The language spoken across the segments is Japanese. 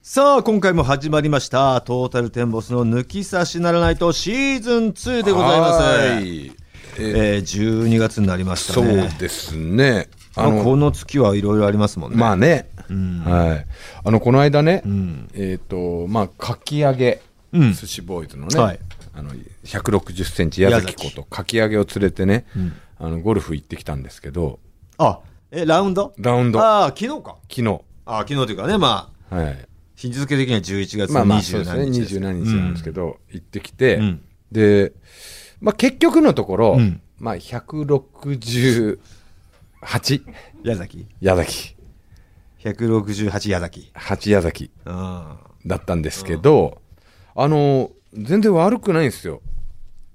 さあ、今回も始まりました。トータルテンボスの抜き差しならないとシーズン2でございます。はいええー、12月になりましたそうね。ですね。ああのこのの月はいろいろありますもんね。まあね、はい。あのこの間ね、えっ、とまあかき揚げ、うん寿司ボーイズのね、はいあの160センチ矢崎矢子と崎かき揚げを連れてね、あのゴルフ行ってきたんですけど、あ、え、ラウンドラウンドああ、昨日か。昨日、ああ、昨日というかね、まあ、はい。日付的には11月まあまあ27日でそうですす、ね、二十何日なんですけど、行ってきて、んで、まあ結局のところ、んまあ168矢崎。矢崎、 168矢崎。 8矢崎。ああ。だったんですけど、あの全然悪くないんですよ。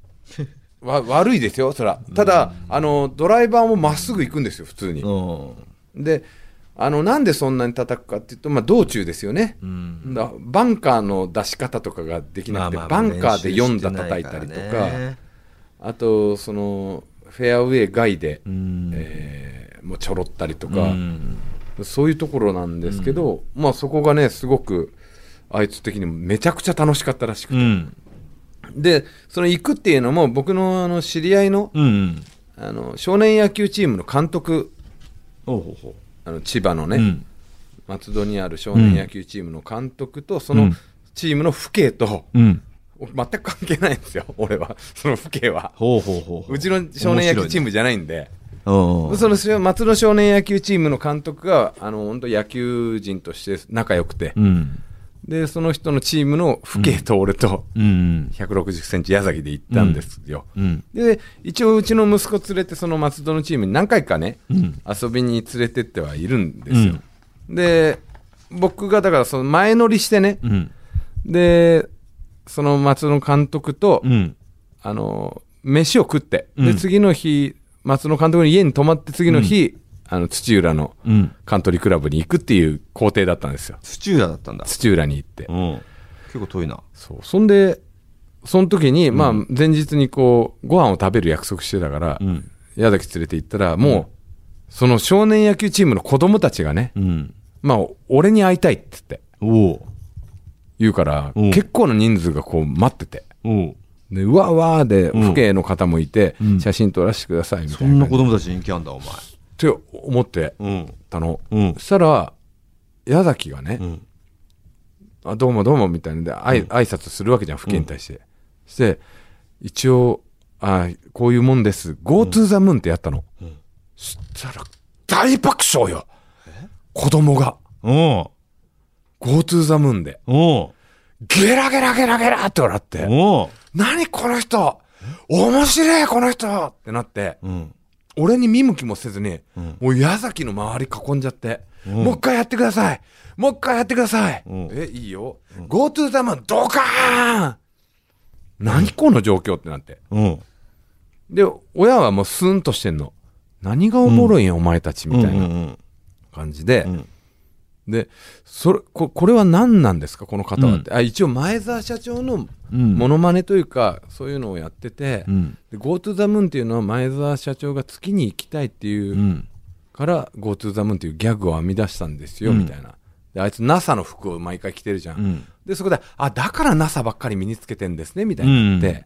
わ悪いですよ、そら。ただ、あのドライバーもまっすぐ行くんですよ、普通にう。ん。であのなんでそんなに叩くかっていうと、まあ、道中ですよね、だバンカーの出し方とかができなくて、バンカーで4打叩いたり練習としてないか、らねあとそのフェアウェイ外で、うんえーもうちょろったりとうか、んそういうところなんですけど、まあそこがね、すごく、あいつ的にもめちゃくちゃ楽しかったらしくうて。ん。で、その行くっていうのも、僕のあの知り合いの,、うん。あの少年野球チームの監督、おうほうほあの千葉のう。ね、うん。松戸にある少年野球チームの監督と、そうのんチームの父兄と、うん。全く関係ないんですよ、俺は、その父兄は。ほうほうほうほう。うちの少年野球チームじゃないんで。ムその少松戸少年野球チームの監督が、あの、本当野球人として仲良くて、うん。で、その人のチームの父兄と俺とうん。 160センチ矢崎で行ったんですよ。うん。で、一応うちの息子連れてその松戸のチームに何回かね、うん遊びに連れてってはいるんですよ。で、僕がだからその前乗りしてね、うん。で、その松戸の監督と、うん。あの、飯を食って、うで、ん次の日、松野監督の家に泊まって、次の日、あの、土浦のうん。カントリークラブに行くっていう工程だったんですよ。土浦だったんだ。土浦に行って。うん。結構遠いな。そう。そんで、その時に、まあ、前日にこう、ご飯を食べる約束してたから、ん矢崎連れて行ったら、もう、その少年野球チームの子供たちがね、うん。まあ、俺に会いたいって言って、おう。言うから、うん結構な人数がこう、待ってて。おう。で、うわうわーで、ん父兄の方もいて、ん写真撮らせてください、みたいな。そんな子供たち人気あんだ、お前。って思ってうん。たの。うんそしたら、矢崎がね、んあどうもどうもみたいなんで、あい挨拶するわけじゃん、父兄に対して。して、一応、あこういうもんです。Go to the moon ってやったの。そしたら、大爆笑よ子供が。おう。 Go to the moon で。おう。ゲラゲラゲラゲラって笑って。おう。何この人面白いこの人ってなって。うん。俺に見向きもせずに、んもう矢崎の周り囲んじゃって、んもう一回やってくださいもう一回やってください、うんえ、いいよ、Go to the man ドカーン何この状況ってなって。うん。で、親はもうスンとしてんの。何がおもろいんや、お前たちみたいなな。感じで。んで、それこ、これは何なんですかこの方はって。あ、一応前澤社長のうんモノマネというか、そういうのをやってて、うん。で Go to the moon っていうのは前澤社長が月に行きたいっていう、うん。から Go to the moon っていうギャグを編み出したんですよ、うんみたいな。で、あいつ NASA の服を毎回着てるじゃん。うんで、そこで、あ、だから NASA ばっかり身につけてんですね、みたいになって。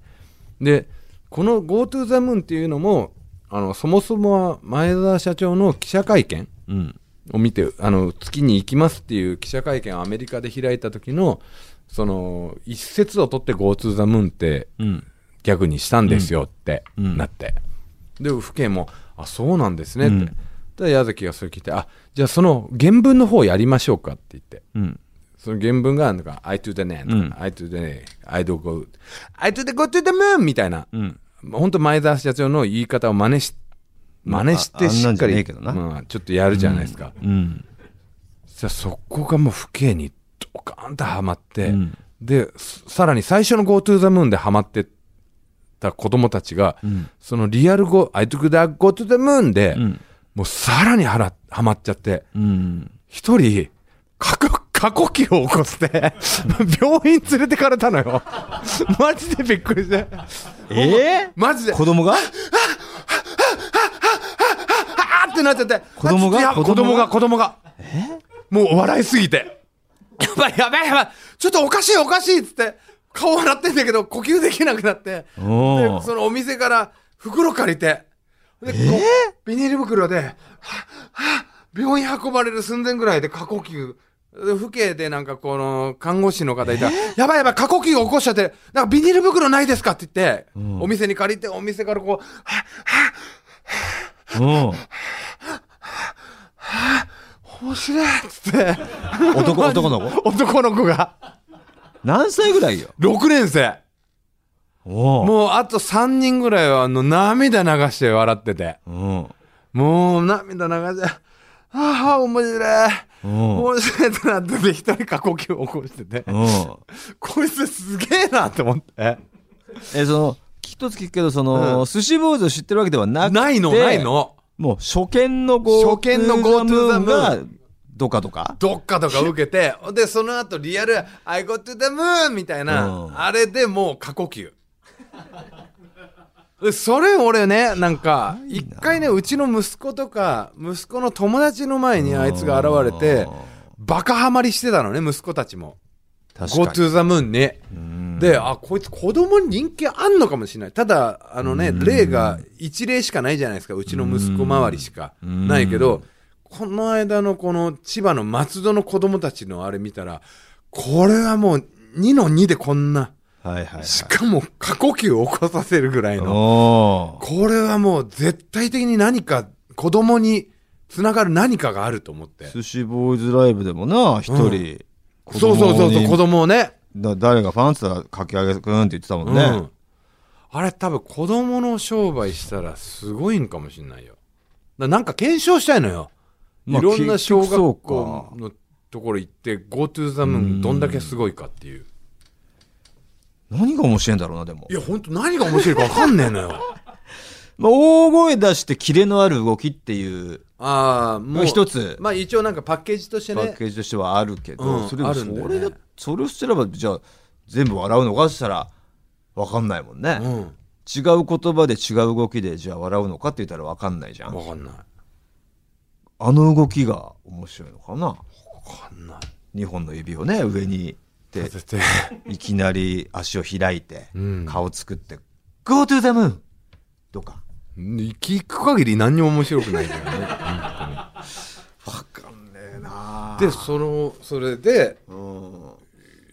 で、この Go to the moon っていうのも、あの、そもそもは前澤社長の記者会見うん。を見て、あの、月に行きますっていう記者会見をアメリカで開いた時の、その、一節を取って Go to the moon ってうん。ギャグにしたんですよってうんなって、で父兄も「あそうなんですね」って、うんただ矢崎がそれ聞いて「あじゃあその原文の方やりましょうか」って言ってうん。その原文がなんか「I to the net、うん I to the net I do go I to the go to the moon」みたいな、うん。本当前澤社長の言い方を真似し真似してしっかああんなんじゃねえりけどなまあ、ちょっとやるじゃないですか、うん。じゃそこがもう父兄にドカーンとハマって、うんで、すさらに最初の Go to the Moon でハマってた子供たちが、んそのリアル Go, I took that Go to the Moon で、んもうさらにはらハマっちゃって、うん。一人、過去、過呼吸を起こして、 病院連れてかれたのよ。 マジでびっくりして。えマジで、子供があーってなっちゃって。子供がいや子子供供がが、子供が。もう笑いすぎて。やばいやばいやばいちょっとおかしいおかしいっつって顔洗ってんだけど呼吸できなくなってでおそのお店から袋借りてで、こうビニール袋ではっはっ病院運ばれる寸前ぐらいで過呼吸で府警でなんかこの看護師の方いたら、やばいやばい過呼吸起こしちゃってなんかビニール袋ないですかって言って、お店に借りてお店からこうはっはっお面白いっつって男男の子 男の子が何歳ぐらいよ6年生おもうあと3人ぐらいはあの涙流して笑ってて。うんもう涙流して、ああ、面白い。うん面白いってなってて、一人過呼吸を起こしてて、うんこいつすげえなって思って。えその一つ聞くけどその、うん寿司坊主を知ってるわけではなくてないの、ないの。もう初見の GoTo 初見の Go to the moon がどかどかどっかどっか受けて、で、その後リアル、I go to the moon みたいな、うんあれでもう過呼吸。でそれ俺ね、なんか、一回ね、うちの息子とか、息子の友達の前にあいつが現れて、バカハマりしてたのね、息子たちも。確 Go かに to the moon ね。で、あ、こいつ子供に人気あんのかもしれない。ただ、あのね、例が一例しかないじゃないですか。うちの息子周りしかないけど、この間のこの千葉の松戸の子供たちのあれ見たら、これはもう2の2でこんな、はいはいはいしかも過呼吸を起こさせるぐらいの、おーこれはもう絶対的に何か子供につながる何かがあると思って。寿司ボーイズライブでもな一人、子そうそうそうそう、子供をね。だ誰がファンっつったらかき揚げくんって言ってたもんね、うん、あれ多分子供の商売したらすごいんかもしれないよだなんか検証したいのよ、まあいろんな小学結局校そのところ行って GoTo the moon どんだけすごいかっていう何が面白いんだろうなでもいや本当何が面白いか分かんね えのよまあ、大声出してキレのある動きっていうああもう一つまあ一応なんかパッケージとしてパねッケージとしてはあるけど、うんそれがあそるんだよれねがそれをすればじゃあ全部笑うのかって言ったら分かんないもんね、うん違う言葉で違う動きでじゃあ笑うのかって言ったら分かんないじゃん分かんないあの動きが面白いのかな分かんない2本の指をね上にってだっていきなり足を開いて、うん顔作って「Go to the moon!」とか聞く限り何にも面白くないんだよ ね分かんねえなでそのそれでうん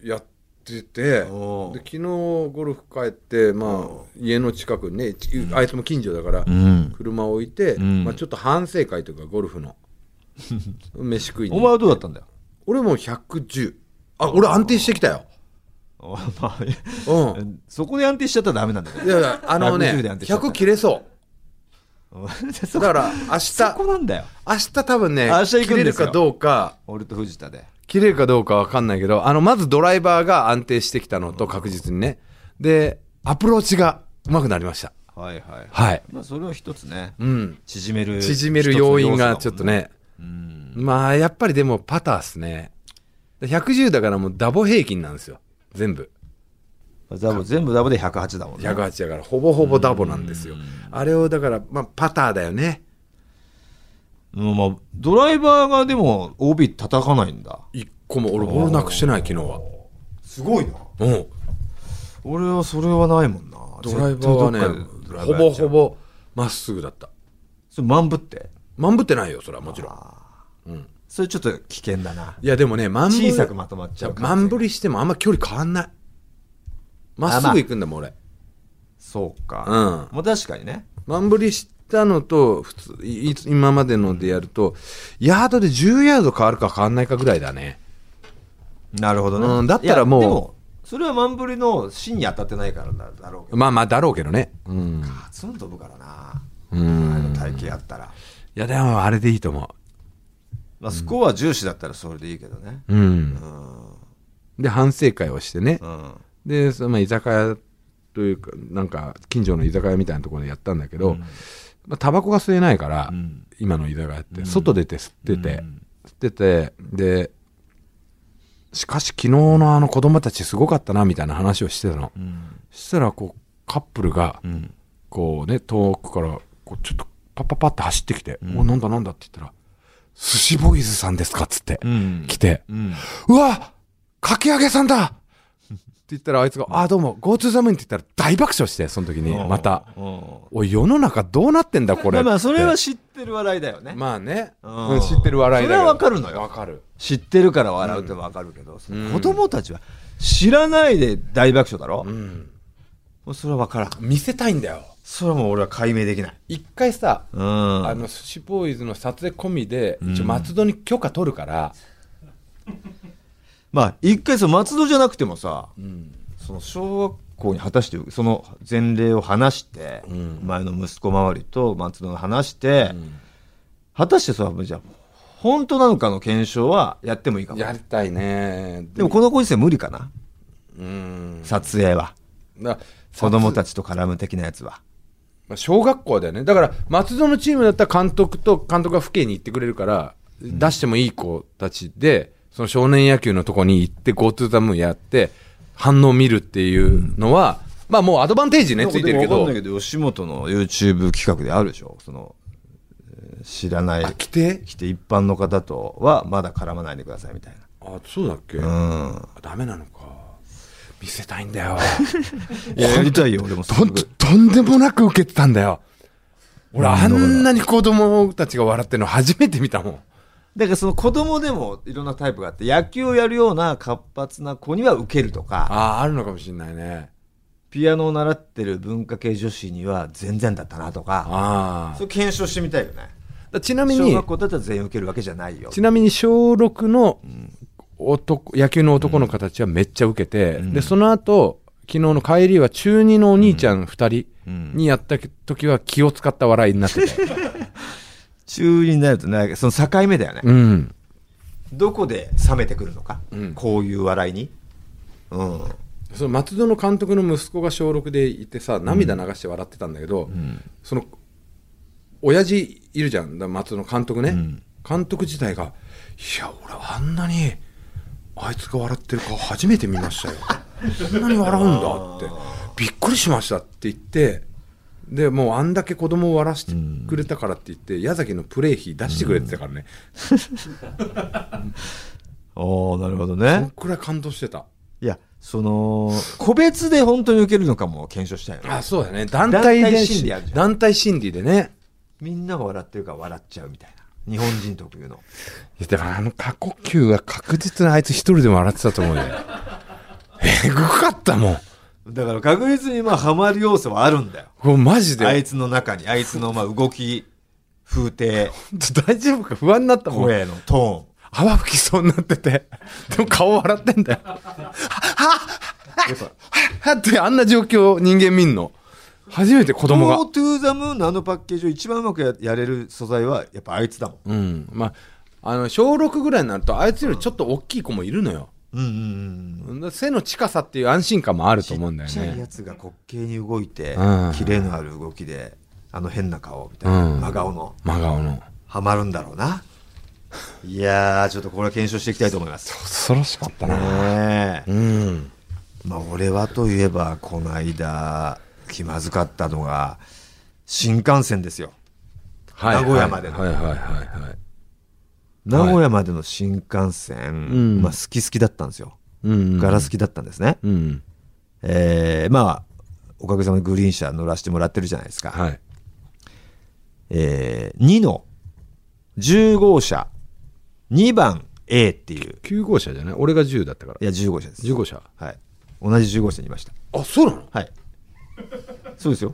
やっててでおう昨日ゴルフ帰って、まあ、家の近くにねちあいつも近所だから、ん車を置いて、んまあ、ちょっと反省会というかゴルフ の飯食いにお前はどうだったんだよ俺も110あ俺安定してきたよおまあうそこで安定しちゃったらダメなんだけんいやいやあのね110で安定しちゃった100切れそどそうだから明そ日こなんだよ明日多分ね明日行く切んですよれるかどうか俺と藤田で切れるかどうか分かんないけどあのまずドライバーが安定してきたのと確実にねでアプローチがうまくなりましたはいはい、はいまあ、それを一つね、うん縮める縮める要因がちょっとね、うんまあやっぱりでもパターっすね110だからもうダボ平均なんですよ全部ダブ全部ダブで108だもんね108だからほぼほぼダボなんですよあれをだから、まあ、パターだよねうんまあ、ドライバーがでも OB 叩かないんだ一個も俺ボールなくしてない昨日はすごいなうん俺はそれはないもんなドライバーはね絶対どっかでドライほバーやぼっちゃうほぼまっすぐだったそれ万ぶってまんぶってないよそれはもちろんそれちょっと危険だないやでもねまんぶ小さくまとまっちゃう感じまんぶりしてもあんま距離変わんないまっすぐ行くんだもん俺そうかうんまあ確かにねマンブリしたのと普通いいつ今までのでやるとヤードで10ヤード変わるか変わんないかぐらいだねなるほどね、うんだったらもういやでもそれは万ぶりの芯に当たってないからだだろうけどまあまあだろうけどねうんガツンと飛ぶからなうんあの体型やったら、いやでもあれでいいと思まあ、スコア重視だったらそれでいいけどねううんで反省会をしてねうんでそのまあ居酒屋というかなんか近所の居酒屋みたいなところでやったんだけど、まあタバコが吸えないから、ん今の居酒屋って外出て吸ってて、吸っててでしかし昨日のあの子供たちすごかったなみたいな話をしてたの、んそしたらこうカップルがんこうね遠くからこうちょっとパッパッパって走ってきて「おなんだなんだ」って言ったら「寿司ボーイズさんですか?」っつって、ん来て、うんうわかき揚げさんだって言ったらあいつが「あどうも GoTo ザムーン」って言ったら大爆笑してその時にうんまたうん「おい世の中どうなってんだこまれ」あまあそれはって知ってる笑いだよね、まあね、うんうん知ってる笑いだけどそれはわかるのよわかる知ってるから笑うってわかるけど、そのうん子供たちは知らないで大爆笑だろ、うんもうそれはわからん見せたいんだよそれはもう俺は解明できない一回さうんあの寿司ボーイズの撮影込みで一応松戸に許可取るから、まあ一回その松戸じゃなくてもさうんその小学校に果たしてその前例を話して、うん前の息子周りと松戸の話して、果たしてさじゃあ本当なのかの検証はやってもいいかもやりたいねでもこのご時世無理かなうん撮影はだ子供ちたちと絡む的なやつはまあ小学校だよねだから松戸のチームだったら監督と監督が府警に行ってくれるから、出してもいい子たちでその少年野球のとこに行って GoTo ザムーンやって反応見るっていうのは、まあもうアドバンテージねついてるけわかどんないけど吉本の YouTube 企画であるでしょそのえー知らないあ規定来て一般の方とはまだ絡まないでくださいみたいあそうだっけ、なうんダメなのか見せたいんだよいややりたいよ俺もすごほんい ととんでもなく受けてたんだよ俺あんなに子供たちが笑ってるの初めて見たもんだからその子供でもいろんなタイプがあって野球をやるような活発な子には受けるとかあああるのかもしれないねピアノを習ってる文化系女子には全然だったなとかあそれ検証してみたいよねあちなみ小に学校だったら全員受けるわけじゃないよちなみに小6の男、野球の男の子たちはめっちゃ受けて、で、その後、昨日の帰りは中2のお兄ちゃん2人にやった時は気を使った笑いになって た。中二になるとねその境目だよねうん。どこで冷めてくるのか、うんこういう笑いに、うん、その松戸の監督の息子が小6でいてさ、涙流して笑ってたんだけど、その、親父いるじゃん、だ松戸の監督ね。監督自体が、いや、俺あんなに、あいつが笑ってる顔初めて見ましたよ。こんなに笑うんだって、びっくりしましたって言って、で、もうあんだけ子供を笑わしてくれたからって言って、矢崎のプレイ費出してくれてたからね。おなるほどそんねくらい感動してた。いやその個別で本当に受けるのかも検証したいよねあ、そうだね。団体団体で心理あるじゃん団体心理でね。みんなが笑ってるから笑っちゃうみたいな日本人特有のいや、でもあの過呼吸は確実にあいつ一人でも笑ってたと思うよ。 えぐかったもん。だから確実にまあハマる要素はあるんだよこれマジで。あいつの中にあいつのまあ動き風景大丈夫か不安になったもん。声のト泡吹きそうになってて。でも顔笑ってんだよ。はっはっはっはっってあんな状況人間見んの。初めて子ーン供「が Go。to the moon」のあのパッケージを一番うまくややれる素材はやっぱあいつだもんうん。まあ、あの、小6ぐらいになると、あいつよりちょっと大きい子もいるのよ。うんうんうん背の近さっていう安心感もあると思うんだよちっちゃいやね。つが滑稽に動いて、うんキレのある動きであの変な顔みたいな、うん真顔の真顔の。ハマるんだろうないやーちょっとこれは検証していきたいと思います恐ろしかったな。ねえうん。まあ俺はといえばこの間気まずかったのが新幹線ですよはい名古屋までのはいはいはいはい。名古屋までの新幹線、うんまあ好き好きだったんですよ、うんガラス好きだったんですね、うん。えーまあおかげさまでグリーン車乗らせてもらってるじゃないですか、はい。えー2の10号車2番 A っていう9号車じゃない俺が10だったからい。や10号車です10号車。はい同じ10号車にいましたあ、そうなのはいそうですよ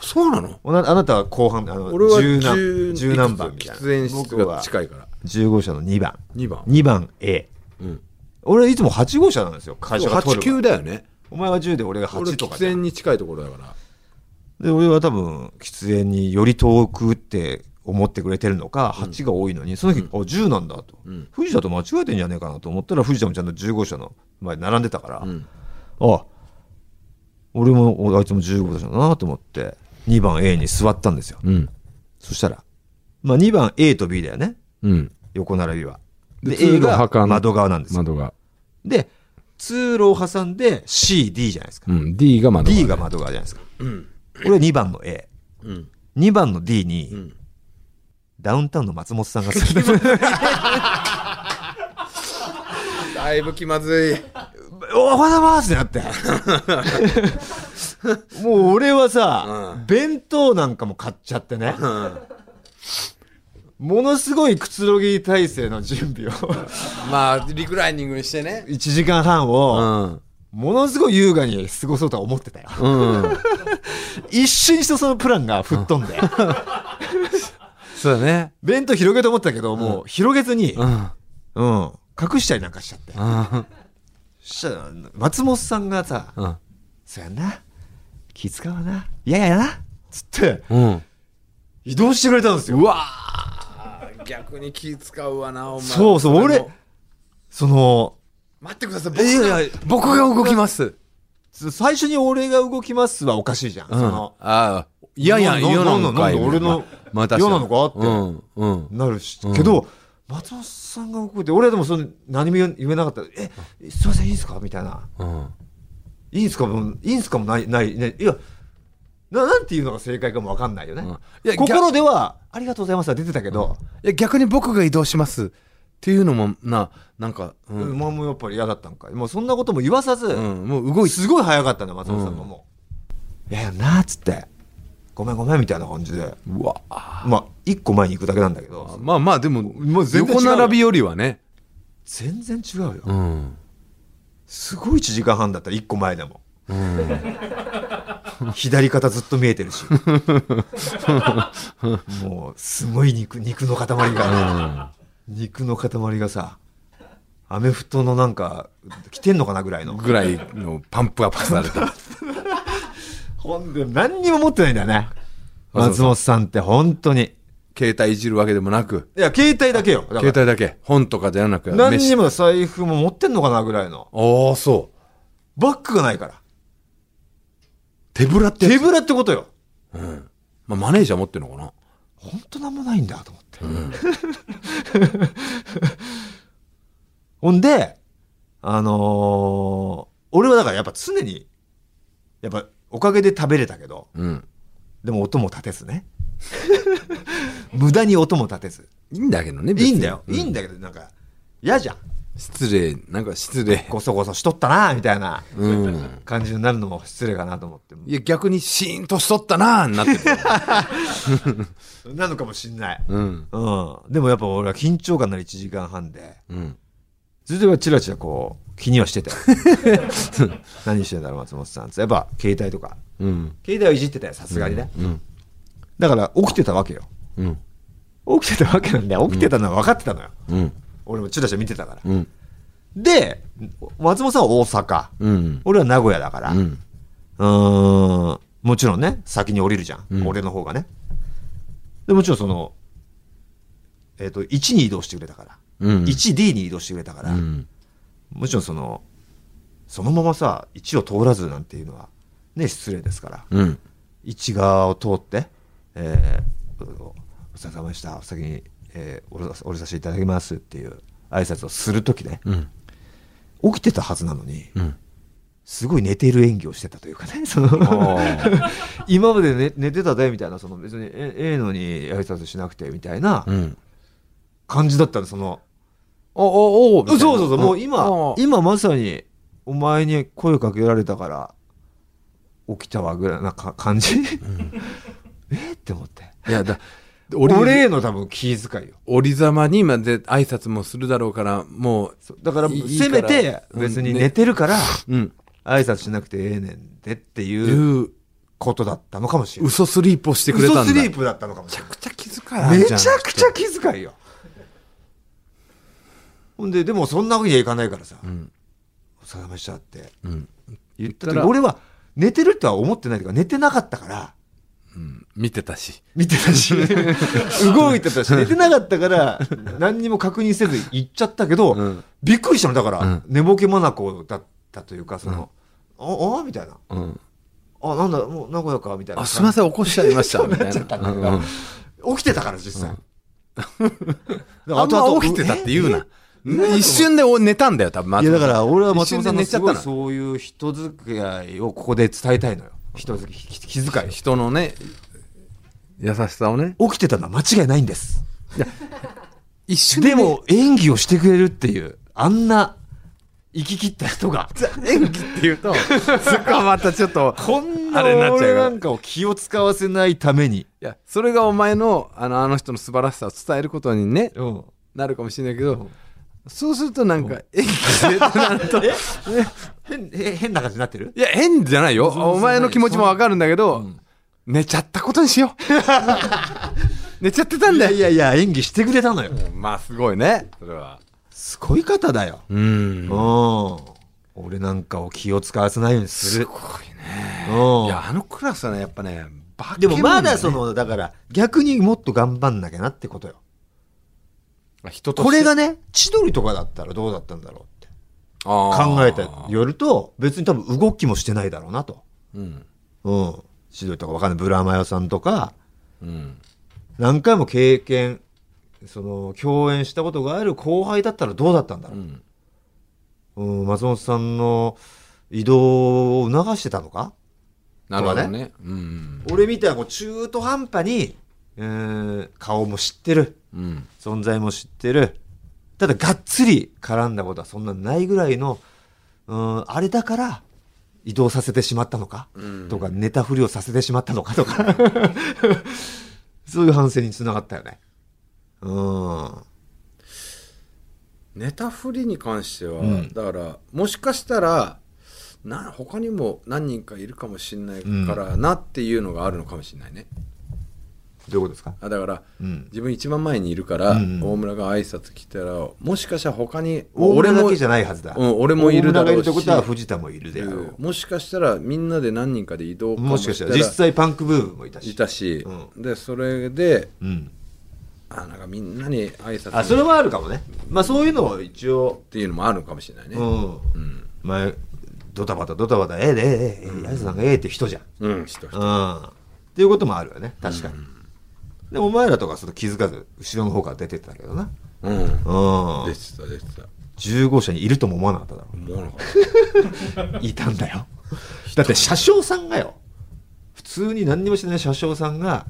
そうなのおなあなたは後半あの俺は10 10何10何番みたいな喫煙室僕がは近いから。 10号車の2番2番。 2番 A うん。俺はいつも8号車なんですよ会社が取8、る9だよね。お前は10で俺が俺8とか喫で煙に近いところだから。で俺は多分喫煙により遠くって思ってくれてるのか8が多いのにその時、あ10なんだと、うん富士だと間違えてんじゃねえかなと思ったら富士田もちゃんと10号車の前に並んでたから、うん。あ俺もおあいつも15号車だなと思って2番 A に座ったんですよ、うん。そしたら、まあ、2番 A と B だよねうん。横並びはでで通 A 路が挟ん窓側なんですよ窓が。で通路を挟んで CD じゃないですか、うん。D が窓 D が窓側じゃないですかうん。俺2番の A うん。 2番の D に、ん ダウンタウンの松本さんが座ってるだいぶ気まずい。おはようございますってなって。 もう俺はさ、弁当なんかも買っちゃってね。ものすごいくつろぎ体制の準備を、まあ、リクライニングにしてね。 1時間半うを、ん。ものすごい優雅に過ごそうとは思ってたよ。うん。 一瞬してそのプランが吹っ飛んで。 そうだね。弁当広げようと思ったけど、もう広げずに、う。うんん、隠したりなんかしちゃって。うん。そしたら、松本さんがさ、うん。そやんな、気使うわな、嫌ややな、つって、うん。移動してくれたんですよ。うわー逆に気使うわな、お前。そうそうれ俺もその、待ってください、いやい僕やが、僕が動きます。最初に俺が動きますはおかしいじゃん。そあの、あ、いやいや、な嫌ななのかい。なんで俺のまた嫌なのかってうん、うん。なるし、うんけど、松本さんが動いて、俺はでもその何も言えなかった。え、すいません、いいんすかみたいな。うん。いいんすかもういいんすかもない、ない、ね。いや、な、なんていうのが正解かもわかんないよね。うんいや心では、ありがとうございますは出てたけど、いや、逆に僕が移動しますっていうのも、な、なんか、ううんん。まあもうやっぱり嫌だったんかい。もうそんなことも言わさず、うん、もう動いて。すごい早かったんだ、松本さんがもう。いやいやなっつって、ごめんごめんみたいな感じで。うわあまあ、一個前に行くだけなんだけど、まあまあ、でも、もう全然違横う並びよりはね。全然違うよ。うん。すごい1時間半だったら一個前でもうん。左肩ずっと見えてるしもうすごい肉肉の塊が、肉の塊がさアメフトのなんか着てんのかなぐらいのぐらいのパンプアップされ た。ほんで何にも持ってないんだよねあそう松本さんって本当に携帯いじるわけでもなく、いや携帯だけよだか携ら帯だけ、本とかではなく、何にも。も財布も持ってんのかなぐらいのああ、そう。バッグがないから手ぶらって。手ぶらってことようん。まあ、マネージャー持ってるのかな。本当なんもないんだと思って、 ほんであのー俺はだからやっぱ常にやっぱおかげで食べれたけどうん。でも音も立てず ね無駄に音も立てずいいんだけどね、別いいにんだよ、ういいんだけどなんか嫌じゃん失礼、なんか失礼。ごそごそしとったなみたいなうん。感じになるのも失礼かなと思っていや、逆にシーンとしとったなーになってる。なのかもしんない、うん。うん、でもやっぱ俺は緊張感なり1時間半でうん。ずっとやっぱチラチラこう気にはしてたよ 何してんだろう松本さんってやっぱ携帯とかうん。携帯をいじってたよさすがにね、うん。だから起きてたわけようん。起きてたわけなんだよ起きてたのは分かってたのよ、うん。俺もチラチラ見てたから、うん。で松本さんは大阪うん。俺は名古屋だからう。うんーんもちろんね先に降りるじゃん、俺の方がねでもちろんそのえっ、と1に移動してくれたから、うん。 1D に移動してくれたから、うん。もちろんそのそのままさ1を通らずなんていうのはね失礼ですからうん。 1側を通って、えーおお疲れ様でしたお先に、えー、降りさ降りさせていただきますっていう挨拶をする時ねうん。起きてたはずなのにうん。すごい寝ている演技をしてたというかね その 今まで寝寝てたでみたいなその別にえええのに挨拶しなくてみたいなうん。感じだったのそのお、お、お、そうそうそう、もう今、今、今まさに、お前に声かけられたから、起きたわぐらいなか感じ、 えって思って。いや、だ、俺俺、への多分気遣いよ。折りざまに、まあ、で、挨拶もするだろうから、もう、だから、いいせめいいてか、ら別にうんね寝てるから、うん。挨拶しなくてええねんでっていいうう、ことだったのかもしれない。嘘スリープをしてくれたんだ。嘘スリープだったのかもしれめちゃくちゃ気遣いあない。るめじちゃゃんくちゃ気遣いよ。ほんで、でもそんなわけにはいかないからさ、んお疲れ様でしたって。うん。言った言ったら俺は寝てるとは思ってないというか寝てなかったから見てたし。見てたし 動いてたし寝てなかったから何にも確認せず行っちゃったけど、うんびっくりしたのだから、うん寝ぼけ眼だったというかその、ああみたいなうん。あなんだもう名古屋かみたいなあ、すみません、起こしちゃいました。そうみたない っなちゃったんだけど、うん起きてたから実際、 だからあん後々ま起きてたって言うな。ええ一瞬で寝たんだよ、多分。松いや本ださかんら俺は松本さんの一す瞬ごでい寝ちゃったの。そういう人付き合いをここで伝えたいのよ人付き気遣いを人のね、優しさをね。起きてたのは間違いないんです一瞬でねも演技をしてくれるっていうあんな行き切った人が、 演技っていうと、 そこはまたちょっと、こんなあれになっちゃう俺よなんかを気を使わせないために、いや、それがお前の、あの、あの人の素晴らしさを伝えることにね、うん、なるかもしれないけうんど、そうするとなんか、演技でってなると、え変え変な感じになってるいや、変じゃないよ。そうそうそうお前の気持ちもわかるんだけど、寝ちゃったことにしよ う。寝ちゃってたんいやだよ。いやいや演技してくれたのよまあ、すごいね。それは。すごい方だよ、ううん、ん俺なんかを気を使わせないようにすするごいね。うんいや、あのクラスはね、やっぱね、化けで物もまだそ、のだから逆にもっと頑張んなきゃなってことよ人としこてれが、ね千鳥とかだったらどうだったんだろうって考考えてよると別に多分動きもしてないだろうなとうん。うん千鳥とかわかんないブラマヨさんとかうん。何回も経験その共演したことがある後輩だったらどうだったんだろうう、ん。うん、松本さんの移動を促してたのかなるほどとかね。うん。俺みたいなこう中途半端に、えー顔も知ってるうん。存在も知ってるただがっつり絡んだことはそんなないぐらいの、うん、あれだから移動させてしまったのか、とかネタ振りをさせてしまったのかとか そういう反省につながったよね。うんネタ振りに関しては、うんだからもしかしたらな他にも何人かいるかもしれないからなっていうのがあるのかもしれないね、どういうことですかあだから、うん自分一番前にいるから、うんうん大村が挨拶来たらもしかしたら他に大村だもけじゃないはずだ。うん俺もいるだ大村がいろうしるということは藤田もいるであろう。もしかしたらみんなで何人かで移動かもしかしたら実際パンクブームもいたし。いたし、うでそれでうん。あなんかみんなに挨拶あ、それはあるかもね。まあそういうのを一応っ、ていうのもあるのかもしれないね、うん。うん前、ドタバタドタバタ、ええで、ええええ、やつなんかええって人じゃん。うん、人人うん。っていうこともあるよね。確かに。でもお前らとかその気づかず、後ろの方から出てったけどな。うんうん。出てた出てた15社にいるとも思わなかっただろ思わなかったう。 いたんだよ。だって車掌さんがよ。普通に何にもしてない車掌さんが、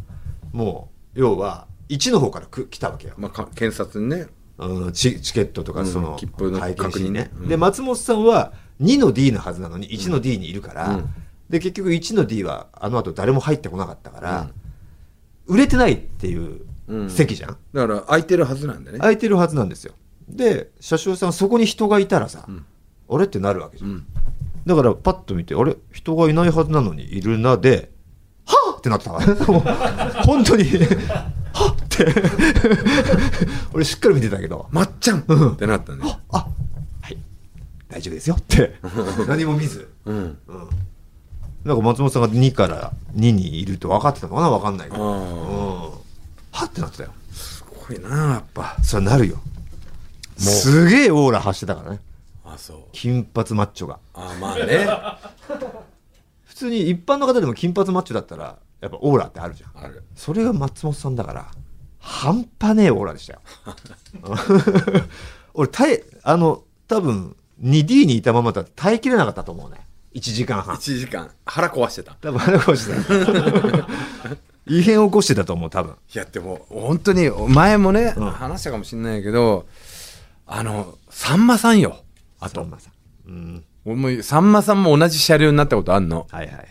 もう、要は、1の方からく来たわけよ。まあ、か検察にねうんチチケットとかうんその切符の会計士に確認ねうんで松本さんは2の D のはずなのに1の D にいるから、うんで結局1の D はあの後誰も入ってこなかったから、売れてないっていう席じゃん、だから空いてるはずなんだね空いてるはずなんですよで車掌さんはそこに人がいたらさ、んあれってなるわけじゃ、うんんだからパッと見てあれ人がいないはずなのにいるなではっってなってた からもう本当にはっって俺しっかり見て たけどまっちゃんってなったねあはい大丈夫ですよって 何も見ず、うんうん、なんか松本さんが2から2にいると分かってたのかな分かんないけど、うん、ああはってなってたよすごいなやっぱそれはなるよすげえオーラ発してたからねあそう金髪マッチョがあまあ ね普通に一般の方でも金髪マッチョだったらやっぱオーラってあるじゃんあるそれが松本さんだから半端ねえオーラでしたよ 俺耐えあの多分 2D にいたままだと耐えきれなかったと思うね1時間半1時間腹壊してた多分腹壊してた異変起こしてたと思う多分いやでも本当に前もね、うん話したかもしれないけどあのさんまさんよあとまさんうん俺もさんまさんも同じ車両になったことあんのはいはい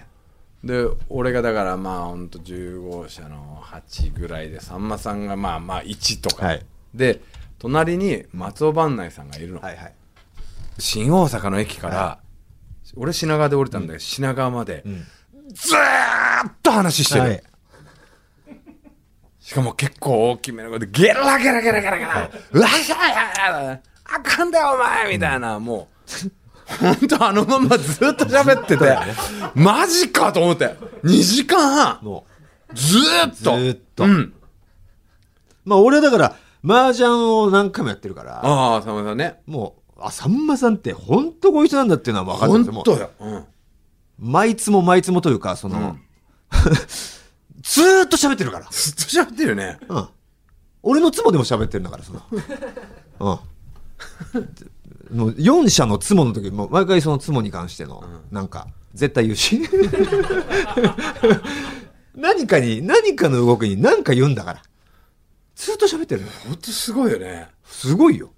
で俺がだからまあほんと15車の8ぐらいでさんまさんがまあまあ1とか、はいで隣に松尾伴内さんがいるの、はいはい新大阪の駅から、俺品川で降りたんだけど、品川まで、んずーっと話してる、はいしかも結構大きめの声でゲラゲラゲラゲラゲラ、うわしゃやあかんだよお前みたいな、もう本当あのままずっと喋ってて、マジかと思って2時間半もずーっうずとーっと、うんまあ俺はだから麻雀を何回もやってるからああさんまさんねもうあさんまさんって本当こういう人なんだっていうのは分かって本てもう当よ、うん、毎つも毎つもというかその、ずーっと喋ってるから、ずっと喋ってるよねうん、俺のつもでも喋ってるんだからそのうん もう4社のつもの時も毎回そのつもに関しての、なんか絶対言うし 何かに何かの動きに何か言うんだからずーっと喋ってるのよ本当すごいよねすごいよ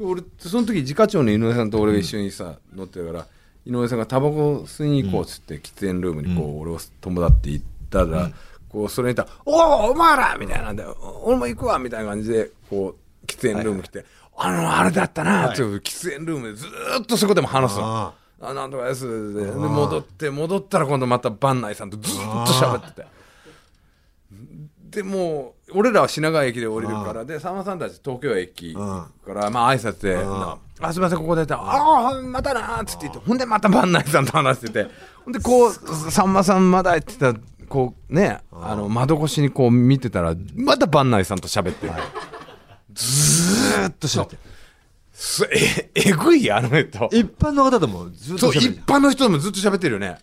俺その時自家長の井上さんと俺が一緒にさ、乗ってたから井上さんがタバコ吸いに行こうっつって、喫煙ルームにこう、俺を友達って行ったら、こうそれにいたら「おおお前ら!」みたいなんで「俺も行くわ」みたいな感じでこう喫煙ルーム来て「あのあれだったな」って喫煙ルームでずーっとそこでも話すのあ。あなんとかですでで戻って戻ったら今度また番内さんとずーっと喋ってて。でもう俺らは品川駅で降りるからでさんまさんたち東京駅からまあ挨拶でな「あすいませんここで」って「ああまたな」っつって言ってほんでまた番内さんと話しててほんでこうさんまさんまだやってたこうねあの窓越しにこう見てたらまた番内さんと喋ってるずーっと喋ってるすええぐいあの人一般の方でもずっとそう喋る一じゃん般の人でもずっと喋ってるよね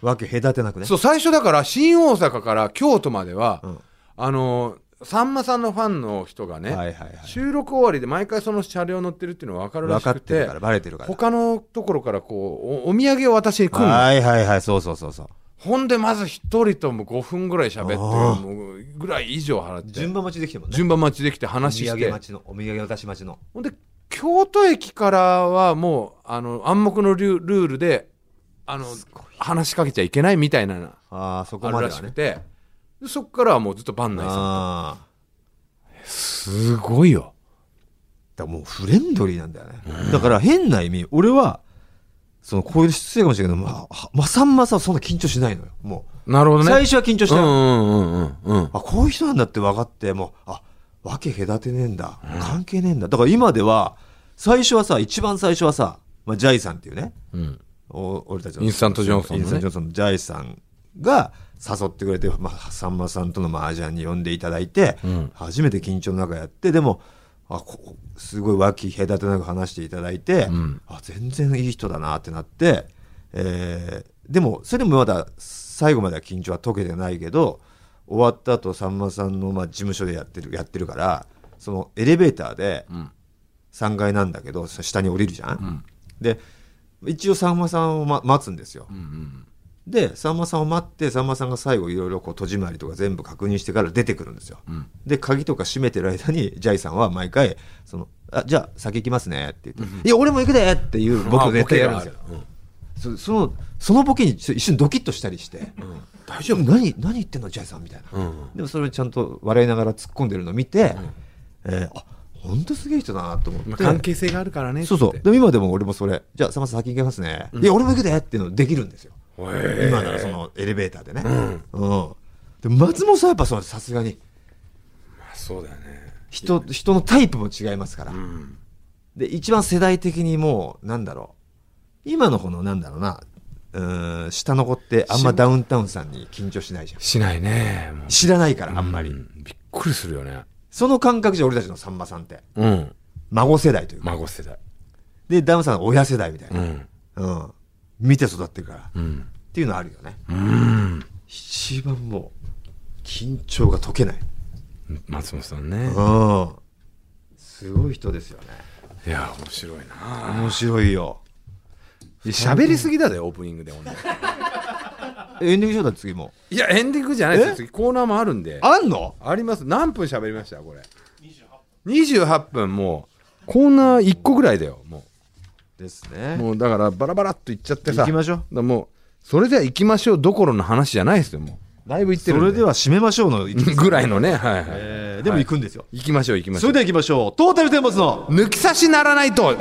わけ隔てなくね。そう、最初だから、新大阪から京都までは、んあの、さんまさんのファンの人がね、はいはいはい収録終わりで毎回その車両乗ってるっていうのは分かるらしく分かってて、るからバレてるから他のところからこうお、お土産を私に来るのはいはいはい、そうそうそうそう。ほんで、まず一人とも5分ぐらい喋って、あーもうぐらい以上払って、順番待ちできてもんね。順番待ちできてお話土し産て、待ちの、お土産渡し待ちの。ほんで、京都駅からはもう、あの、暗黙のルールールで、あの、話しかけちゃいけないみたいな。ああ、そこあまるでらしはくね。て、でそっからはもうずっと番内さんああ。すごいよだからもうフレンドリーなんだよね。だから変な意味、俺は、その、こういう失礼かもしれないけど、まあは、まさんまさんはそんな緊張しないのよ。もなるほう。どね最初は緊張したうよ。んうんうんうんうんあ、こういう人なんだって分かって、もう、あ、わけ隔てねえんだ。関係ねえんだ。だから今では、最初はさ、一番最初はさ、まあ、ジャイさんっていうね、うんお俺たちのインスタントジョンソンのねイスタントジョンソンのジャイさんが誘ってくれて、まあ、さんまさんとの麻雀に呼んでいただいて、うん初めて緊張の中やってでもあこすごい和気隔てなく話していただいて、んあ全然いい人だなってなって、えーでもそれでもまだ最後までは緊張は解けてないけど終わった後さんまさんのまあ事務所でやってるやってるからそのエレベーターで、うん3階なんだけどそ下に降りるじゃん、で一応さんまさんを、ま、待つんですよ、でさんまさんを待ってさんまさんが最後いろいろこう戸締まりとか全部確認してから出てくるんですよ、で鍵とか閉めてる間にジャイさんは毎回そのあじゃあ先行きますねって言って「いや俺も行くで!」っていう僕を絶対やるんですよあボケがあそるそのそのボケにちょ一瞬ドキッとしたりして「大丈夫何何言ってんのジャイさん」みたいな、でもそれをちゃんと笑いながら突っ込んでるのを見て、えーあ本当すげえ人だなと思って、まあ関係性があるからねそうそう。ってでも今でも俺もそれ、じゃあ、さまさん先行きますね。いや、俺も行くでっていうのできるんですよ。今ならそのエレベーターでね。うん。で、松本さんやっぱそのさすがに、まあそうだよね人、人のタイプも違いますから。で、一番世代的にもう、なんだろう。今のこの、なんだろうな、うーん、下の子ってあんまダウンタウンさんに緊張しないじゃん。しないねもう知らないから、あんまり。うんびっくりするよねその感覚じゃ俺たちのさんまさんって。うん孫世代というか。孫世代で、ダウンさんは親世代みたいな。うんうん。見て育ってるから。うんっていうのはあるよね。うん一番もう緊張が解けない、松本さんねうん、すごい人ですよねいや面白いな面白いよ喋りすぎだぜオープニングでほんでエンディングショーだ次もいやエンディングじゃないですよ次コーナーもあるんであんのあります何分喋りましたこれ28分もうコーナー1個ぐらいだよもうですねもうだからバラバラっと行っちゃってさ行きましょうだからもうそれでは行きましょうどころの話じゃないですよもうだいぶ行ってそるんれでは締めましょうの、 ぐらいのねはいはい、えーでも行くんですよ、行きましょう行きましそれょうでは行きましょうトータルテンボスの抜き差しならないと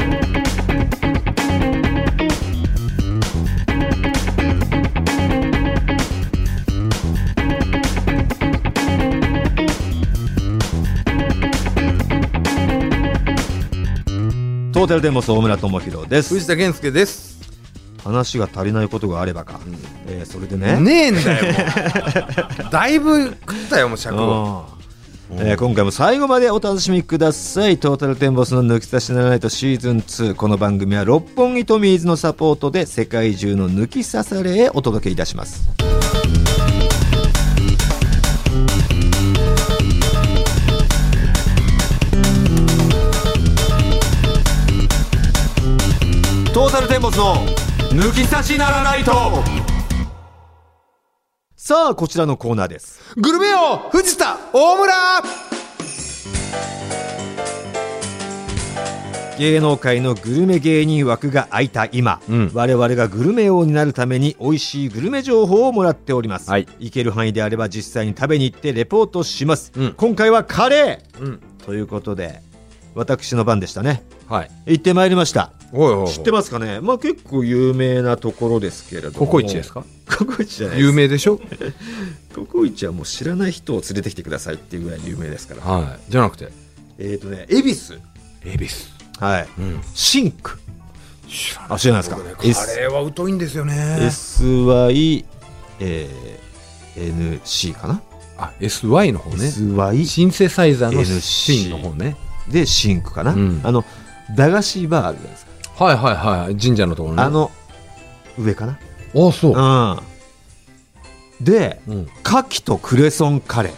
トータルテンボス大村智弘です藤田健介です話が足りないことがあればか、えーそれでねねえんだよ もうだいぶ食ったよもうう尺んをえー今回も最後までお楽しみくださいトータルテンボスの抜き差しならないとシーズン2この番組は六本木トミーズのサポートで世界中の抜き差されへお届けいたしますトータルテンボスの抜き差しならないとさあこちらのコーナーですグルメ王藤田大村芸能界のグルメ芸人枠が空いた今、うん我々がグルメ王になるために美味しいグルメ情報をもらっております、はいける範囲であれば実際に食べに行ってレポートします、うん今回はカレうんーということで私の番でしたねはい行ってまいりましたおいおいおい知ってますかねまあ結構有名なところですけれどもココイチですかココイチじゃないで有す名でしょココイチはもう知らない人を連れてきてくださいっていうぐらい有名ですからはいじゃなくてえっ、とね恵比寿恵比寿はいうんシンク知らあ知らないですか僕ね S カレーは疎いんですよね SYNC、えー NC かな、あ SY の方ね ?SYNC シンセサイザーの NC シーンの方ねでシンクかな、うんあの駄菓子バーあるじゃないですか、はいはいはい神社のところねあの上かなあそううんでうん牡蠣とクレソンカレー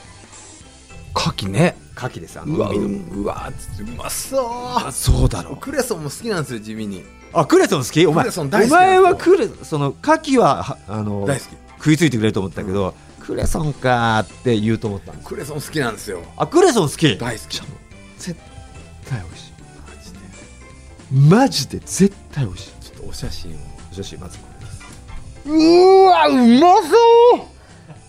牡蠣ね牡蠣ですあうのわう海のんうわうまそうあそうだろうクレソンも好きなんですよ地味にあクレソン好きおク前レソン大好きお前なはんですクレその牡蠣ははあの大好き食いついてくれると思ったけど、クレソンかーって言うと思ったんですクレソン好きなんですよあクレソン好き大好き絶対美味しいマジでマジで絶対美味しいちょっとお写真を女子まずこれですうーわうまそう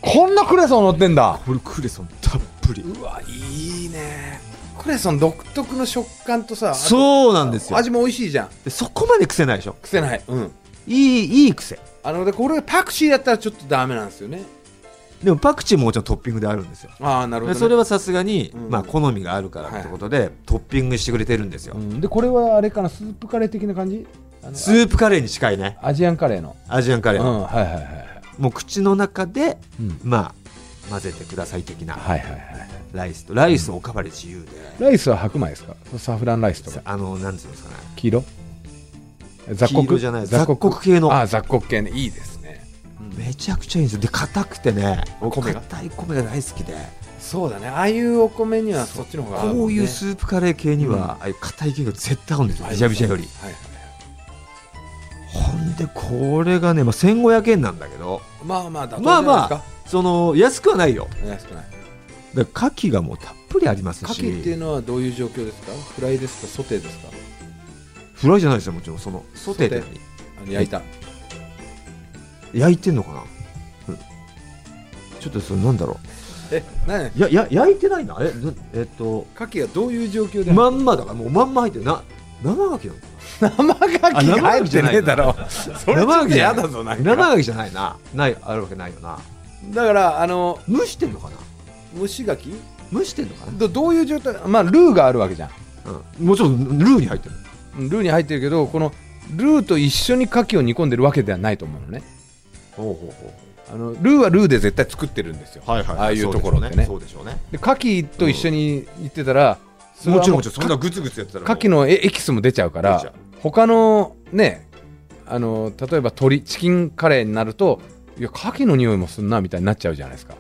こんなクレソン乗ってんだこれクレソンたっぷりうわいいねクレソン独特の食感とさあとそうなんですよ味も美味しいじゃんでそこまで癖ないでしょ癖ないうんいいいい癖あのでこれがパクチーだったらちょっとダメなんですよねでもパクチーももちろんトッピングであるんですよああなるほど、でね、それはさすがに、うんまあ、好みがあるからってことで、トッピングしてくれてるんですよ、うんでこれはあれかなスープカレー的な感じあのスープカレーに近いねアジアンカレーのアジアンカレー、うんはいはいはいはいもう口の中で、うんまあ混ぜてください的なはいはいはいライスとライスおかわり自由で、ライスは白米ですかサフランライスとさかあのなんていうんですかね黄色雑黄色穀じゃない雑穀系のああ雑穀系ねいいですねめちゃくちゃいいんですよで硬くてねお米が硬い米が大好きでそうだねああいうお米にはそっちの方が合もんねこういうスープカレー系には、ああいう硬い系が絶対合うんですよびしゃびしゃよりはいほはいんでこれがね、まあ、1500円なんだけどまあまあ妥当じまゃあないでますあかその安くはないよ安くないだから牡蠣がもうたっぷりあります牡し蠣っていうのはどういう状況ですかフライですかソテーですかフライじゃないですよもちろんそのソテーでソあの焼いた焼いてんのかな、うんちょっとそれなんだろえ何うやや焼いてないなえなえっと牡蠣がどういう状況 でまんまだからもうまんま入ってるな生牡蠣なの生牡あ蠣生牡が入蠣っじてゃなねいえなだろそれちょ生牡っと蠣じゃやないだぞなん生か牡蠣じゃないなないあるわけないよなだからあの蒸してんのかな蒸し牡蠣蒸してんのかな、どどういう状態まあルーがあるわけじゃんうん、もちろんルーに入ってるルーに入ってるけどこのルーと一緒に牡蠣を煮込んでるわけではないと思うのねほうほうほあのルーはルーで絶対作ってるんですよ、うはいはいああいうところってねそうでしょうねで牡蠣と一緒に行ってたら、それもはちろんもうちろんそんなグツグツやってたらもう牡蠣のエエキスも出ちゃうか出ちゃらう他のねあの例えば鶏チキンカレーになるといや牡蠣の匂いもすんなみたいになっちゃうじゃないですか、